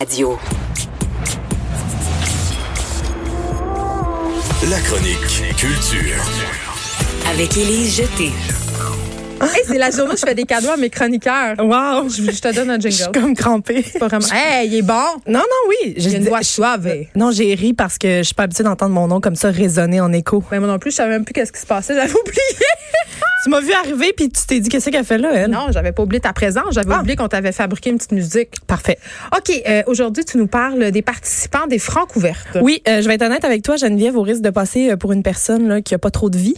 Radio. La chronique culture. Avec Élise Jeté. Hey, c'est la journée où je fais des cadeaux à mes chroniqueurs. Wow! Je, je te donne un Je suis jingle. comme crampée. Pas vraiment- Hey, il est bon. Non, non, oui. J'ai une dis- voix suave. eh. Non, j'ai ri parce que je suis pas habituée d'entendre mon nom comme ça résonner en écho. Ben, moi non plus, je savais même plus qu'est-ce qui se passait. J'avais oublié. Tu m'as vu arriver puis tu t'es dit qu'est-ce qu'elle fait là, elle? Non, j'avais pas oublié ta présence. J'avais Ah. oublié qu'on t'avait fabriqué une petite musique. Parfait. OK, euh, aujourd'hui, tu nous parles des participants des francs couvertes. Oui, euh, je vais être honnête avec toi, Geneviève, au risque de passer euh, pour une personne là, qui a pas trop de vie.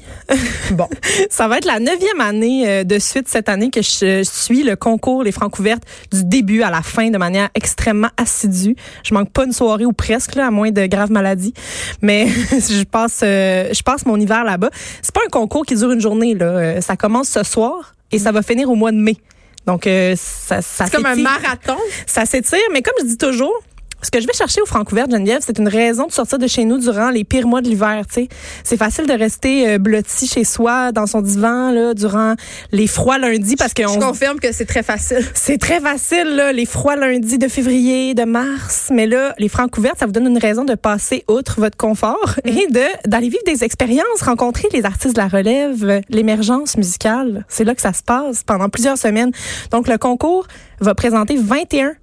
Bon. Ça va être la neuvième année euh, de suite cette année que je suis le concours Les Francs ouvertes du début à la fin de manière extrêmement assidue. Je manque pas une soirée ou presque, là, à moins de graves maladies. Mais je passe, euh, je passe mon hiver là-bas. C'est pas un concours qui dure une journée. Là. Euh, Ça commence ce soir et ça va finir au mois de mai. Donc, euh, ça, ça C'est comme un s'étire. marathon. Ça s'étire, mais comme je dis toujours, ce que je vais chercher au Francouvert, Geneviève, c'est une raison de sortir de chez nous durant les pires mois de l'hiver. tu sais. C'est facile de rester euh, blotti chez soi, dans son divan, là, durant les froids lundis, parce que Je on- confirme que c'est très facile. c'est très facile, là, les froids lundis de février, de mars. Mais là, les francs couvertes, ça vous donne une raison de passer outre votre confort Mm. et de d'aller vivre des expériences, rencontrer les artistes de la relève, euh, l'émergence musicale. C'est là que ça se passe pendant plusieurs semaines. Donc, le concours va présenter 21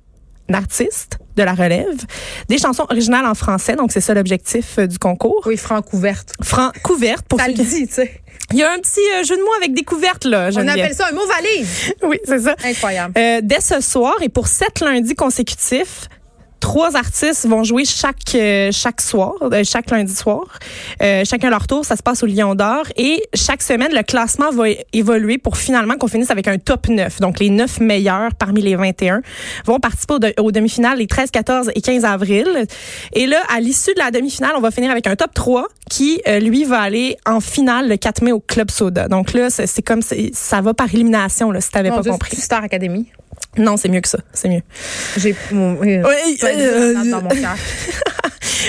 artistes de la relève, des chansons originales en français. Donc, c'est ça l'objectif euh, du concours. Oui, francs couvertes. Francs couvertes. Pour Ça ceux le qui- dit, tu sais. Il y a un petit euh, jeu de mots avec découverte, là, On Geneviève. appelle ça un mot valise. Oui, c'est ça. Incroyable. Euh, dès ce soir et pour sept lundis consécutifs, trois artistes vont jouer chaque euh, chaque soir, euh, chaque lundi soir. Euh, chacun leur tour, ça se passe au Lion d'Or et chaque semaine le classement va é- évoluer pour finalement qu'on finisse avec un top 9. Donc les 9 meilleurs parmi les 21 vont participer aux, de- aux demi-finales les 13, 14 et 15 avril. Et là à l'issue de la demi-finale, on va finir avec un top 3 qui euh, lui va aller en finale le 4 mai au Club Soda. Donc là c'est c'est comme c'est- ça va par élimination là si t'avais Mon pas Dieu, compris. c'est-tu Star Academy. Non, c'est mieux que ça. C'est mieux. J'ai. Oui, Oui, euh, dans mon cœur.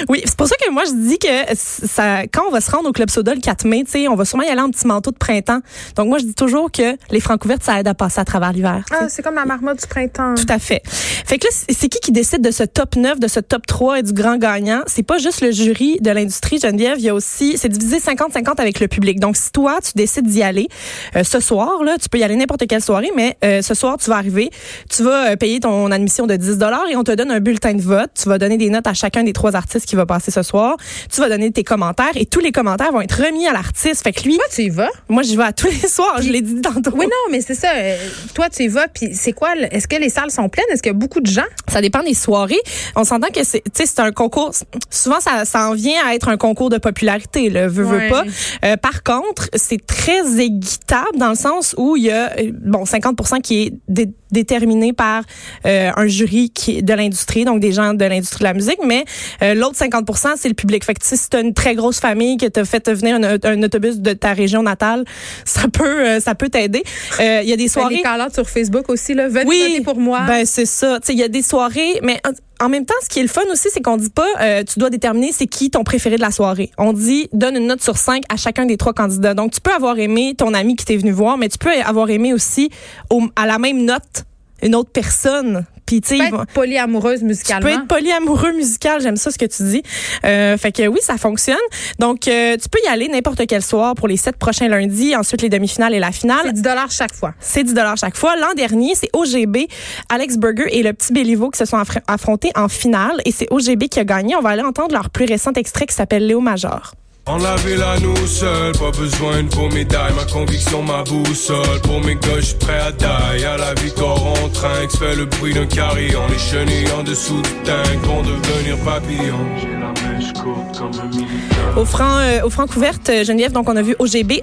Oui, c'est pour ça que moi je dis que ça, quand on va se rendre au club soda le 4 mai, tu sais, on va sûrement y aller en petit manteau de printemps. Donc moi je dis toujours que les francouvertes ça aide à passer à travers l'hiver. tu sais. Ah, c'est comme la marmotte du printemps. Tout à fait. Fait que là, c'est c'est qui qui décide de ce top 9, de ce top 3 et du grand gagnant? C'est pas juste le jury de l'industrie, Geneviève. Il y a aussi, c'est divisé 50-50 avec le public. Donc, si toi, tu décides d'y aller euh, ce soir, là, tu peux y aller n'importe quelle soirée, mais euh, ce soir, tu vas arriver, tu vas euh, payer ton admission de 10 et on te donne un bulletin de vote. Tu vas donner des notes à chacun des trois artistes qui va passer ce soir. Tu vas donner tes commentaires et tous les commentaires vont être remis à l'artiste. Fait que lui, Toi, tu y vas? moi, j'y vais à tous les soirs. Je l'ai dit tantôt. Oui, non, mais c'est ça. Euh, Toi, tu y vas, puis c'est quoi? le- Est-ce que les salles sont pleines? Est-ce qu'il y a beaucoup de gens? Ça dépend des soirées. On s'entend que c'est, tu sais, c'est un concours. Souvent, ça, ça en vient à être un concours de popularité. Le veut, Ouais. veut pas. Euh, par contre, c'est très équitable dans le sens où il y a euh, bon 50% qui est dé- déterminé par euh, un jury qui est de l'industrie, donc des gens de l'industrie de la musique, mais euh, l'autre 50% c'est le public. Fait que tu sais, si t'as une très grosse famille que t'as fait venir un, un autobus de ta région natale, ça peut, euh, ça peut t'aider. Euh, Il y a des Soirée. soirées Les call sur Facebook aussi, là. Venez voter pour moi. ben c'est ça. Tu sais, il y a des soirées, mais en- en même temps, ce qui est le fun aussi, c'est qu'on dit pas, euh, tu dois déterminer c'est qui ton préféré de la soirée. On dit, donne une note sur cinq à chacun des trois candidats. Donc, tu peux avoir aimé ton ami qui t'est venu voir, mais tu peux avoir aimé aussi au- à la même note une autre personne. Puis tu sais, Tu peux ils vont- être polyamoureuse tu peux musicalement. être polyamoureux musical, j'aime ça ce que tu dis. Euh, fait que oui, ça fonctionne. Donc, euh, tu peux y aller n'importe quel soir pour les sept prochains lundis, ensuite les demi-finales et la finale. C'est 10 chaque fois. C'est 10 chaque fois. L'an dernier, c'est OGB, Alex Burger et le petit Béliveau qui se sont affr- affrontés en finale. Et c'est OGB qui a gagné. On va aller entendre leur plus récent extrait qui s'appelle Léo Major. On la ville à nous seuls, pas besoin de vos médailles, ma conviction, ma boussole. Pour mes gauches, prêt à taille, à la victoire on trinque, se fait le bruit d'un carillon, les chenilles en dessous du tank vont devenir papillons. J'ai la mèche courte comme un militaire. Au franc, euh, au franc couverte, euh, Geneviève, donc on a vu OGB.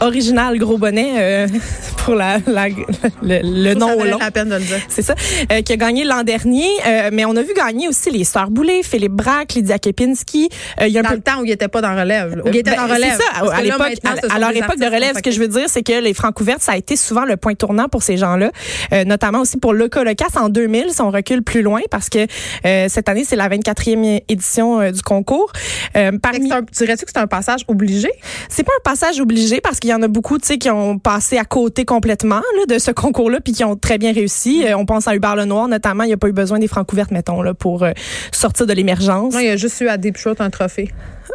Original gros bonnet euh, pour la, la- le, le nom ça au valait long. la peine de le dire. C'est ça, euh, qui a gagné l'an dernier. Euh, mais on a vu gagner aussi les Sœurs Boulay, Philippe Braque, Lydia Kepinski. Euh, il y a un Dans peu le temps où il était pas dans relève. là. Où il était Ben, dans relève. C'est ça. Parce À, que là, l'époque, maintenant, ce à- sont à leur des époque de artistes relève, ce que je veux dire, c'est que les francs ouvertes, ça a été souvent le point tournant pour ces gens-là. Euh, notamment aussi pour le Colocasse en 2000, si on recule plus loin, parce que euh, cette année, c'est la 24e édition euh, du concours. Euh, Fait que parmi, c'est un- Tu dirais-tu que c'est un passage obligé? c'est pas un passage obligé parce qu'il y y en a beaucoup, tu sais, qui ont passé à côté complètement là, de ce concours-là, puis qui ont très bien réussi. Mm-hmm. Euh, on pense à Hubert Lenoir, notamment. Il n'y a pas eu besoin des francs couvertes, mettons, là, pour euh, sortir de l'émergence. Non, il y a juste eu à Deep Short un trophée.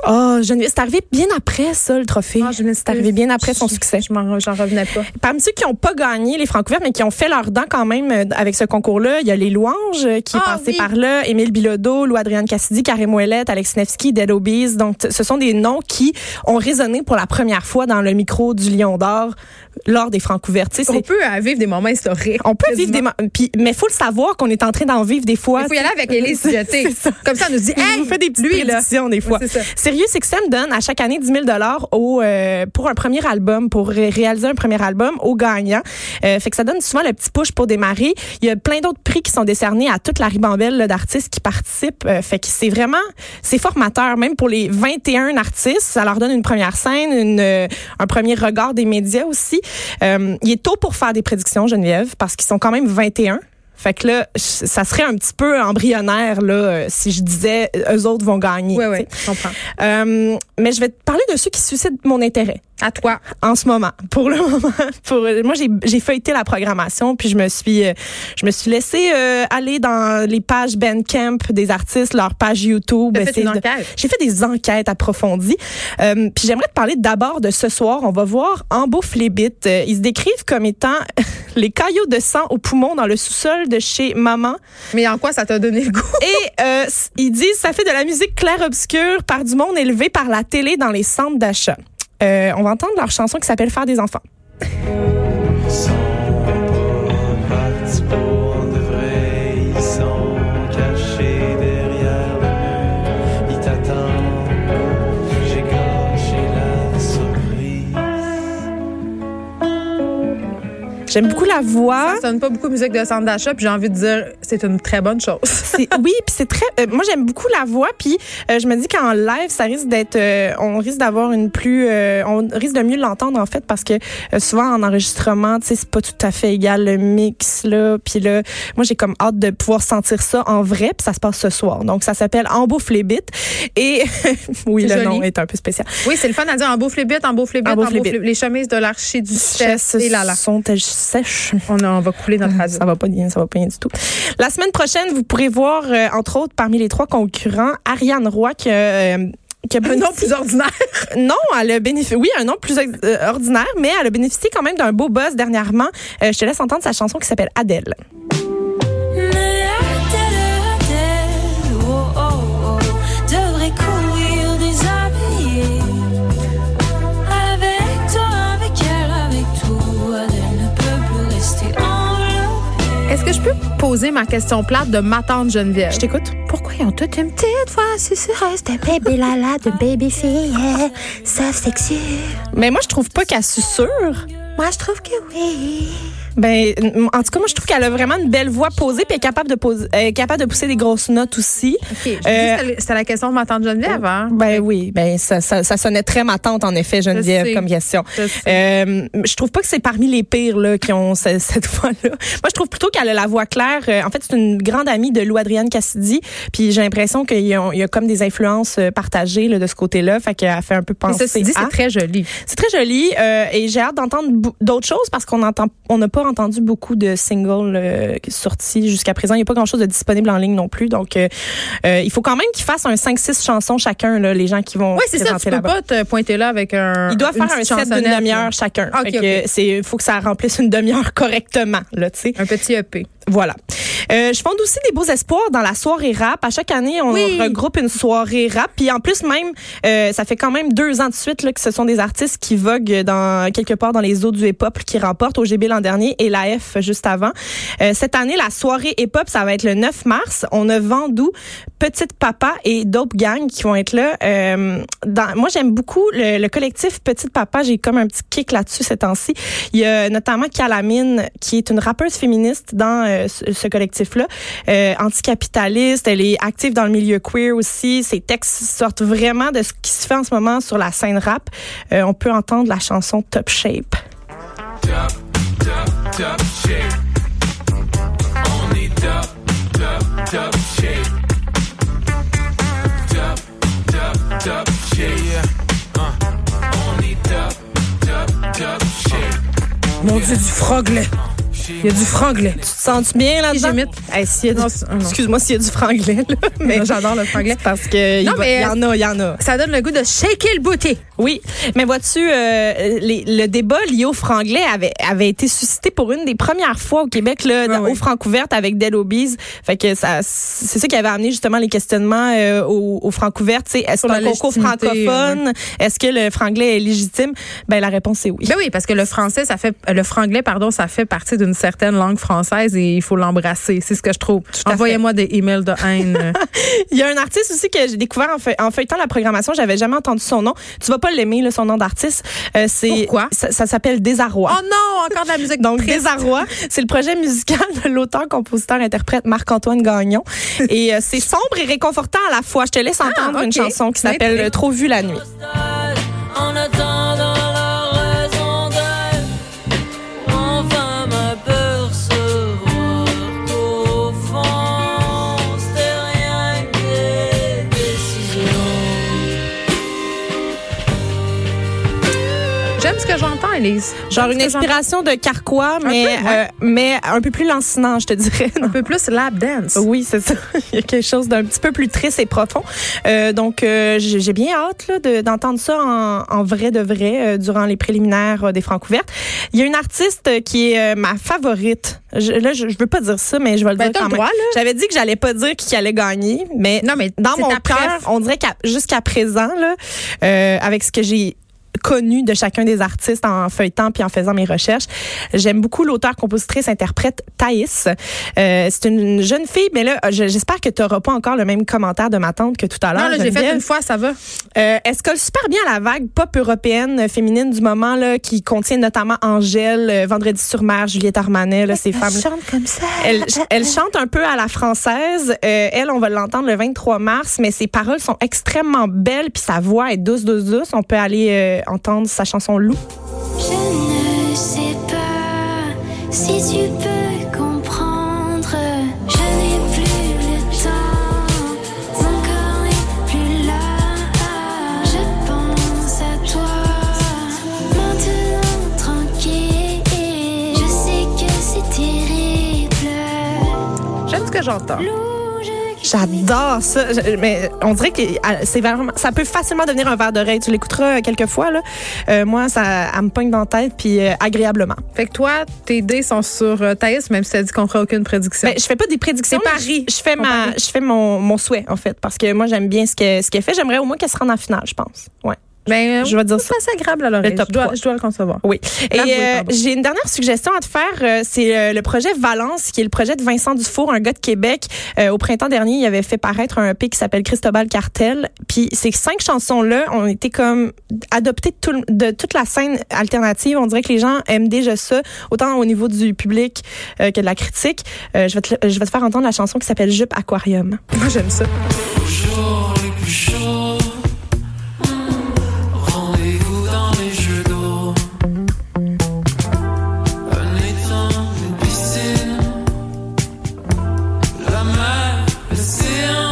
Ah, Geneviève, c'est arrivé bien après ça, le trophée. Ah, je me suis- c'est arrivé bien après son succès. Je m'en, j'en revenais pas. Parmi ceux qui n'ont pas gagné les francs couverts, mais qui ont fait leur dent quand même euh, avec ce concours-là, il y a les louanges euh, qui Ah, est passé oui. par là, Émile Bilodeau, Lou Adrienne Cassidy, Karim Ouellette, Alex Nevsky, Dead Obies. Donc, t- ce sont des noms qui ont résonné pour la première fois dans le micro du Lion d'Or lors des francs couverts. Tu sais, On c'est- peut euh, vivre des moments historiques. On peut quasiment. vivre des... mo- Puis, mais faut le savoir qu'on est en train d'en vivre des fois. Il faut y aller avec Élise Jeté. Comme ça, on nous dit, Je hey, vous fais des petites lui, là. prédictions des fois. Oui, c'est ça. Sirius XM donne à chaque année 10 000 au, euh, pour un premier album, pour ré- réaliser un premier album au gagnant. Euh, fait que ça donne souvent le petit push pour démarrer. Il y a plein d'autres prix qui sont décernés à toute la ribambelle là, d'artistes qui participent. Euh, fait que c'est vraiment, c'est formateur. Même pour les 21 artistes, ça leur donne une première scène, une, euh, un premier regard des médias aussi. Euh, il est tôt pour faire des prédictions, Geneviève, parce qu'ils sont quand même 21. Fait que là, je- ça serait un petit peu embryonnaire là, euh, si je disais euh, eux autres vont gagner. Oui, oui, tu sais. je comprends. Euh, mais je vais te parler de ceux qui suscitent mon intérêt À toi. en ce moment. Pour le moment, pour moi j'ai j'ai feuilleté la programmation puis je me suis euh, je me suis laissée euh, aller dans les pages Bandcamp des artistes, leur page YouTube. T'as fait C'est une de- enquête. J'ai fait des enquêtes approfondies. Euh, puis j'aimerais te parler d'abord de ce soir. On va voir Ambouf les bites. Euh, ils se décrivent comme étant les caillots de sang au poumon dans le sous-sol de chez maman. Mais en quoi ça t'a donné le goût? Et euh, s- ils disent ça fait de la musique clair-obscur par du monde élevé par la télé dans les centres d'achat. Euh, on va entendre leur chanson qui s'appelle Faire des enfants. sont pas partis pour de vrai, ils sont cachés derrière le mur, ils t'attendent, j'ai gâché la surprise. J'aime beaucoup la voix. Ça sonne pas beaucoup musique de centre d'achat, puis j'ai envie de dire, c'est une très bonne chose. C'est- oui, puis c'est très. euh, moi, j'aime beaucoup la voix, puis euh, je me dis qu'en live, ça risque d'être. euh, on risque d'avoir une plus. euh, on risque de mieux l'entendre en fait, parce que euh, souvent en enregistrement, tu sais, c'est pas tout à fait égal le mix là. Puis là, moi, j'ai comme hâte de pouvoir sentir ça en vrai, puis ça se passe ce soir. Donc, ça s'appelle En bouffe les bites. Et oui, C'est le joli. nom est un peu spécial. Oui, c'est le fun à dire en beau les bites, en beau les bites, En en bouffe les bouffe bites. les chemises de l'archi du chef Chaises et là Mm. là. sont elles sèches. On, a- on va couler notre radio. Ça va pas bien, ça va pas bien du tout. La semaine prochaine, vous pourrez voir, euh, entre autres, parmi les trois concurrents, Ariane Roy qui a, euh, qui a Un nom bénéficié- plus ordinaire. non, elle a bénéficié, oui, un nom plus ex- euh, ordinaire, mais elle a bénéficié quand même d'un beau buzz dernièrement. Euh, je te laisse entendre sa chanson qui s'appelle Adèle. Mais Adèle, Adèle, oh oh oh, devrait courir déshabillée. Avec toi, avec elle, avec tout, Adèle ne peut plus rester enveloppée. Est-ce que je peux poser ma question plate de ma tante Geneviève? Je t'écoute. Pourquoi ils ont toute une petite voix susurreuse de bébé lala, de bébé fille, eh, sauf sexy. Mais moi, je trouve pas qu'elle susurre. Moi, je trouve que oui. Ben, m- en tout cas, moi, je trouve qu'elle a vraiment une belle voix posée, puis elle est capable de poser, elle est capable de pousser des grosses notes aussi. Ok, j'ai dit Euh, que c'était- c'était la question de ma tante Geneviève, hein? Ben oui, ben ça, ça, ça sonnait très ma tante en effet, Je Geneviève, sais. comme question. Je sais. Euh, je trouve pas que c'est parmi les pires là qui ont ce- cette voix-là. Moi, je trouve plutôt qu'elle a la voix claire. Euh, En fait, c'est une grande amie de Lou Adrienne Cassidy, puis j'ai l'impression qu'il y, a- il y a comme des influences euh, partagées là, de ce côté-là, fait qu'elle fait un peu Mais penser ceci dit, à. c'est très joli. C'est très joli euh, et j'ai hâte d'entendre bou- d'autres choses parce qu'on entend, on n'a pas entendu beaucoup de singles euh, sortis jusqu'à présent. Il n'y a pas grand-chose de disponible en ligne non plus. Donc, euh, euh, il faut quand même qu'ils fassent un 5-6 chansons chacun, là, les gens qui vont Oui, c'est se ça. Tu présenter peux là-bas. pas te pointer là avec un. Ils doivent une faire un petite set d'une chansonnette, demi-heure là. chacun. Ok, Fait que ok. c'est, faut que ça remplisse une demi-heure correctement, là, tu sais. Un petit E EP. Voilà. Euh, je fonde aussi des beaux espoirs dans la soirée rap. À chaque année, on Oui. regroupe une soirée rap. Puis en plus, même, euh, ça fait quand même deux ans de suite là, que ce sont des artistes qui voguent dans, quelque part dans les eaux du hip-hop qui remportent au GB l'an dernier et la F juste avant. Euh, cette année, la soirée hip-hop, ça va être le 9 mars. On a Vandou, Petite Papa et Dope Gang qui vont être là. Euh, dans- moi, j'aime beaucoup le, le collectif Petite Papa. J'ai comme un petit kick là-dessus ces temps-ci. Il y a notamment Calamine, qui est une rappeuse féministe dans euh, ce ce collectif-là, euh, anticapitaliste. Elle est active dans le milieu queer aussi. Ses textes sortent vraiment de ce qui se fait en ce moment sur la scène rap. Euh, on peut entendre la chanson Top Shape. Top, top, top shape. On est top, top, top shape. Top, top, top shape. On est top, top, Mon Dieu, du franglais. Il y a du franglais. Tu te sens-tu bien là-dedans? j'imite. Hey, s'il y a du- Non, c'est- ah, non. Excuse-moi s'il y a du franglais, là, mais Non, J'adore le franglais. c'est parce que il Non, va- mais- il y en a, il y en a. Ça donne le goût de shaker le booty. Oui, mais vois-tu, euh, les- le débat lié au franglais avait, avait été suscité pour une des premières fois au Québec, là, Ah oui. au Francouverte avec Del Obies. Fait que ça, c'est ça qui avait amené justement les questionnements euh, au, au Francouverte. Tu sais, Est-ce Sur qu'un la concours légitimité, francophone, est-ce que le franglais est légitime? Ben la réponse est oui. Ben oui, parce que le français, ça fait le franglais, pardon, ça fait partie d'une certaine langue française et il faut l'embrasser. C'est ce que je trouve. à fait. Envoyez-moi des emails de haine. Il y a un artiste aussi que j'ai découvert en, feu- en feuilletant la programmation, j'avais jamais entendu son nom. Tu vas pas l'aimer, là, son nom d'artiste. Euh, c'est, Pourquoi? Ça, ça s'appelle Désarroi. oh non, encore de la musique. Donc, triste. Désarroi, c'est le projet musical de l'auteur, compositeur, interprète Marc-Antoine Gagnon. Et euh, c'est sombre et réconfortant à la fois. Je te laisse entendre une Ah, ok. chanson qui Je s'appelle m'intrigue. euh, Trop vu la nuit. En attendant la raison d'être, enfin m'apercevoir qu'au fond, c'était rien que des décisions. J'aime ce que j'entends, Elise. Genre une inspiration de Carquois, mais, peu, ouais. euh, mais un peu plus lancinant, je te dirais. Un peu plus lab dance. Oui, c'est ça. Il y a quelque chose d'un petit peu plus triste et profond. Euh, donc, euh, j'ai j'ai bien hâte là, de- d'entendre ça en, en vrai de vrai euh, durant les préliminaires euh, des Francouvertes. Il y a une artiste euh, qui est euh, ma favorite. Je, là, je, je veux pas dire ça, mais je vais le Ben, dire t'as quand le même. droit, là. J'avais dit que j'allais pas dire qui allait gagner, mais Non, mais dans c'est mon ta cœur, préf. on dirait qu'à jusqu'à présent, là, euh, avec ce que j'ai connu de chacun des artistes en feuilletant puis en faisant mes recherches. J'aime beaucoup l'auteur, compositrice, interprète Thaïs. Euh, c'est une jeune fille, mais là, je- j'espère que tu n'auras pas encore le même commentaire de ma tante que tout à l'heure. Non, là, j'ai fait Geneviève. une fois, ça va. Euh, elle se colle super bien à la vague pop européenne euh, féminine du moment là, qui contient notamment Angèle, euh, Vendredi sur mer, Juliette Armanet, là, ces femmes. Elle chante comme ça. Elle, elle chante un peu à la française. Euh, elle, on va l'entendre le 23 mars, mais ses paroles sont extrêmement belles, puis sa voix est douce, douce, douce. On peut aller euh, entendre sa chanson Loup. Je ne sais pas si tu peux comprendre. Je n'ai plus le temps, mon corps n'est plus là. Je pense à toi, maintenant tranquille. Je sais que c'est terrible. J'aime ce que j'entends. Lou, je J'adore ça. Je- mais on dirait que ah, c'est vraiment, ça peut facilement devenir un verre d'oreille. Tu l'écouteras euh, quelques fois là. Euh, moi, ça, elle me pogne dans la tête, puis euh, agréablement. Fait que toi, tes dés sont sur euh, Thaïs, même si t'as dit qu'on ferait aucune prédiction. Ben, je fais pas des prédictions. C'est mais Paris. Je, je fais On ma, je fais mon, mon souhait en fait, parce que moi j'aime bien ce que ce qu'elle fait. J'aimerais au moins qu'elle se rende en finale, je pense. Ouais. Ben, je vais dire ça. C'est assez agréable à l'oreille. Le top Je dois, trois. je dois le concevoir. Oui. Et L'avouer, euh, pardon. j'ai une dernière suggestion à te faire. euh, c'est euh, le projet Valence, qui est le projet de Vincent Dufour, un gars de Québec. Euh, au printemps dernier, il avait fait paraître un EP qui s'appelle Cristobal Cartel. Puis ces cinq chansons-là ont été comme adoptées de, tout le- de toute la scène alternative. On dirait que les gens aiment déjà ça, autant au niveau du public euh, que de la critique. Euh, je, vais te, je vais te faire entendre la chanson qui s'appelle Jupe Aquarium. Moi, j'aime ça. jours les plus chauds. Rendez-vous dans les jeux d'eau. Un étang, une piscine. La mer, l'océan.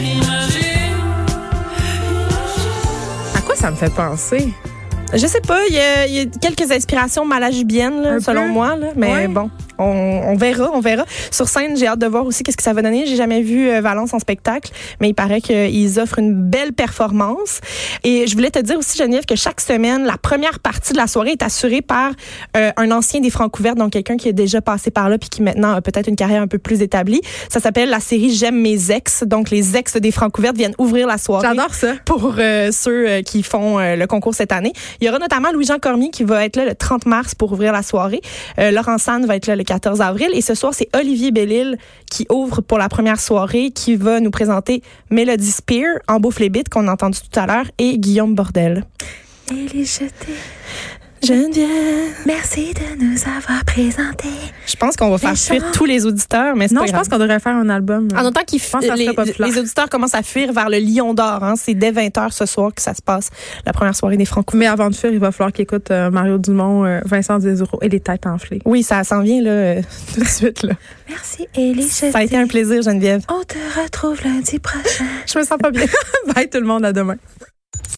Imagine. À quoi ça me fait penser? Je sais pas, il y a, il y a quelques inspirations malajubiennes, là, Un selon peu. moi, là, mais Ouais. bon, on, on verra, on verra. Sur scène, j'ai hâte de voir aussi qu'est-ce que ça va donner. J'ai jamais vu euh, Valence en spectacle, mais il paraît qu'ils offrent une belle performance. Et je voulais te dire aussi, Geneviève, que chaque semaine, la première partie de la soirée est assurée par euh, un ancien des Francouvertes, donc quelqu'un qui est déjà passé par là puis qui maintenant a peut-être une carrière un peu plus établie. Ça s'appelle la série J'aime mes ex, donc les ex des Francouvertes viennent ouvrir la soirée J'adore ça. pour euh, ceux euh, qui font euh, le concours cette année. Il y aura notamment Louis-Jean Cormier qui va être là le 30 mars pour ouvrir la soirée. Euh, Laurent Sand va être là le 14 avril. Et ce soir, c'est Olivier Bellil qui ouvre pour la première soirée, qui va nous présenter Melody Spear, Ambeau Flébite qu'on a entendu tout à l'heure, et Guillaume Bordel. Elle est jetée. Geneviève. Merci de nous avoir présenté. Je pense qu'on va faire Mais fuir ça- tous les auditeurs, mais c'est Non, pas je grave. pense qu'on devrait faire un album. euh. En autant qu'ils pense que ça les, serait populaire. les auditeurs commencent à fuir vers le Lion d'Or, hein. c'est dès 20h ce soir que ça se passe, la première soirée des Franco. Mais avant de fuir, il va falloir qu'il écoute euh, Mario Dumont, euh, Vincent Desoureaux et les têtes enflées. Oui, ça s'en vient là, euh, tout de suite. Là. Merci, elle est jetée. Ça a été un plaisir, Geneviève. On te retrouve lundi prochain. Je me sens pas bien. Bye tout le monde, à demain.